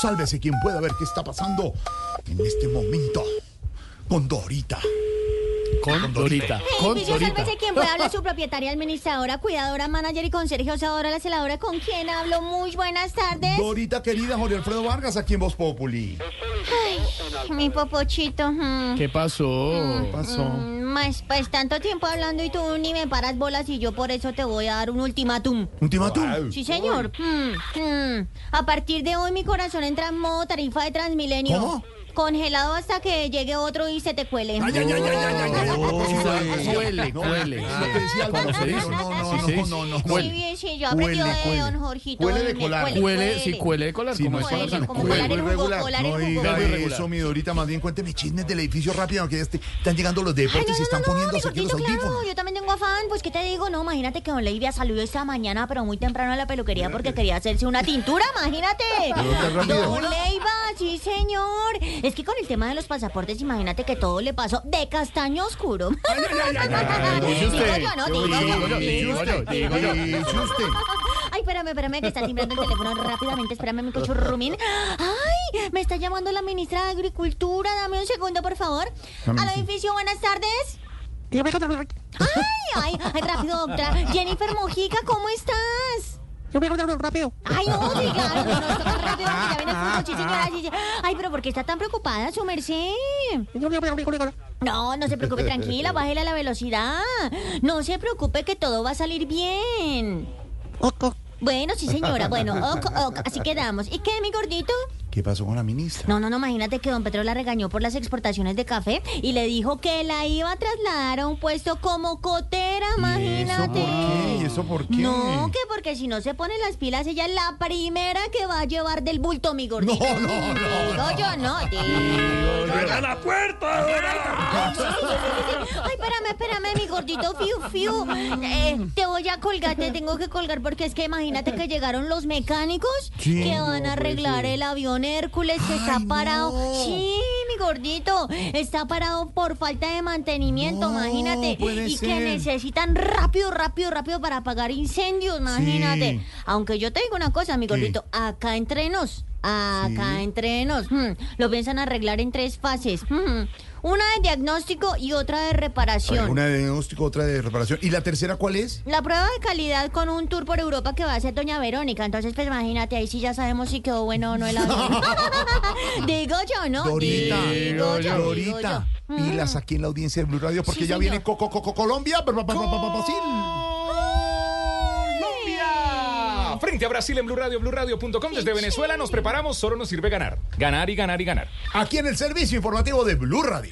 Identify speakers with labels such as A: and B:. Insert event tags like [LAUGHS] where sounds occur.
A: Sálvese quien pueda ver qué está pasando en este momento con Dorita.
B: Con Dorita. Con
C: Edificio
B: Dorita.
C: Eh, Sálvese quien puede
A: [LAUGHS]
C: hablar, su propietaria, administradora, cuidadora, manager y conserje, osadora, la celadora, con quien hablo. Muy buenas tardes.
A: Dorita querida, Jorge Alfredo Vargas aquí en Voz Populi.
C: Ay, mi popochito. mm,
B: ¿Qué pasó? ¿Qué pasó?
C: mm, Más, pues tanto tiempo hablando y tú ni me paras bolas y yo por eso te voy a dar un ultimátum.
A: ¿Ultimátum?
C: Sí, señor. Mm, mm. A partir de hoy mi corazón entra en modo tarifa de Transmilenio.
A: ¿Cómo?
C: Congelado hasta que llegue otro y se te cuele.
A: Ay, ay, ay, ay, ay, ay, ay, ay, ay,
B: Duele,
A: ay, no,
B: duele.
A: es lo que decía
B: ¿Cómo
A: Álvaro
B: se
A: Uribe,
B: dice?
A: No, no,
B: Sí,
A: no,
B: sí,
A: no,
B: sí.
A: no, no.
C: Sí, bien, sí, yo aprendí
A: Cuele,
C: de
A: cuele.
C: don Jorgito.
A: Cuele de
C: Donde
A: colar.
B: Cuele, sí, cuele de colar.
A: Sí,
B: ¿Cómo
A: no,
B: es
A: es
B: colar?
A: colar,
C: como
A: cuele.
C: colar el jugo, colar el
A: No
C: jugo.
A: diga
B: Muy regular.
A: eso, mi Dorita, más bien cuénteme chismes del edificio rápido, que ya este- están llegando los deportes y están poniéndose aquí los
C: Jorgito, claro,
A: audífonos.
C: yo también tengo afán. Pues, ¿qué te digo? No, imagínate que Don Leidia salió esta mañana, pero muy temprano a la peluquería porque quería hacerse una tintura, imagínate.
A: Pero tan rápido.
C: Don Leiva, sí, señor. Es que con el tema de los pasaportes, imagínate que todo le pasó de castaño oscuro.
B: Dice
C: Digo
B: usted.
C: yo, no,
B: Digo yo,
C: digo yo.
B: digo yo, digo yo.
A: Dice usted.
C: [LAUGHS] Ay, espérame, espérame, que está timbrando el teléfono rápidamente. Espérame, mi cochurrumín. Ay, me está llamando la ministra de Agricultura. Dame un segundo, por favor.
A: Dame un
C: Al
A: segundo.
C: edificio, buenas tardes.
D: Dígame, dígame,
C: Ay, ay, ay, rápido, doctora. Jennifer Mojica, ¿cómo estás?
D: dígame, rápido.
C: Ay, no, diga, no, no, esto es rápido, que ya viene el sí, señora, sí, sí. Ay, pero ¿por qué está tan preocupada su merced? No, no se preocupe, tranquila, bájela la velocidad. No se preocupe que todo va a salir bien.
D: Oco.
C: Bueno, sí,
A: [LAUGHS]
C: señora, bueno, ok, ok, así quedamos. ¿Y qué, mi gordito?
A: ¿Qué pasó con la ministra?
C: No, no, no, imagínate que don Petro la regañó por las exportaciones de café y le dijo que la iba a trasladar a un puesto como cotera,
A: ¿Y eso por
C: imagínate.
A: qué? ¿Y eso por qué?
C: No, que porque si no se pone las pilas, ella es la primera que va a llevar del bulto, mi gordito.
A: No, no, no.
C: Digo yo, no, digo.
B: ¡A la puerta!
C: Ay, sí, sí, sí, sí. Ay, espérame, espérame, mi gordito, fiu, fiu. Eh, te voy a colgar, te tengo que colgar porque es que imagínate que llegaron los mecánicos
A: Sí.
C: que van a arreglar el avión Hércules que está
A: Ay,
C: parado.
A: no.
C: Sí, mi gordito, está parado por falta de mantenimiento,
A: No,
C: imagínate.
A: puede
C: Y que
A: ser.
C: necesitan rápido, rápido, rápido para apagar incendios, imagínate.
A: Sí.
C: Aunque yo te digo una cosa, mi
A: ¿Qué?
C: gordito, acá entre nos, acá
A: Sí.
C: entre nos, mm, lo piensan arreglar en tres fases. mm, una de diagnóstico y otra de reparación.
A: Una de diagnóstico, otra de reparación. ¿Y la tercera cuál es?
C: La prueba de calidad con un tour por Europa que va a hacer Doña Verónica. Entonces, pues imagínate, ahí sí ya sabemos si quedó bueno o no el avión.
A: [LAUGHS]
C: [LAUGHS] digo yo, ¿no?
A: Dorita,
C: digo yo, digo
A: Dorita,
C: yo.
A: pilas aquí en la audiencia de Blue Radio porque
C: Sí,
A: ya
C: señor.
A: viene Coco Coco Colombia. pa- pa- pa- pa- pa- Brasil.
E: Colombia. Frente a Brasil en Blue Radio, BluRadio.com. Desde
C: Sí,
E: Venezuela nos preparamos, solo nos sirve ganar. Ganar y ganar y ganar.
A: Aquí en el servicio informativo de Blue Radio.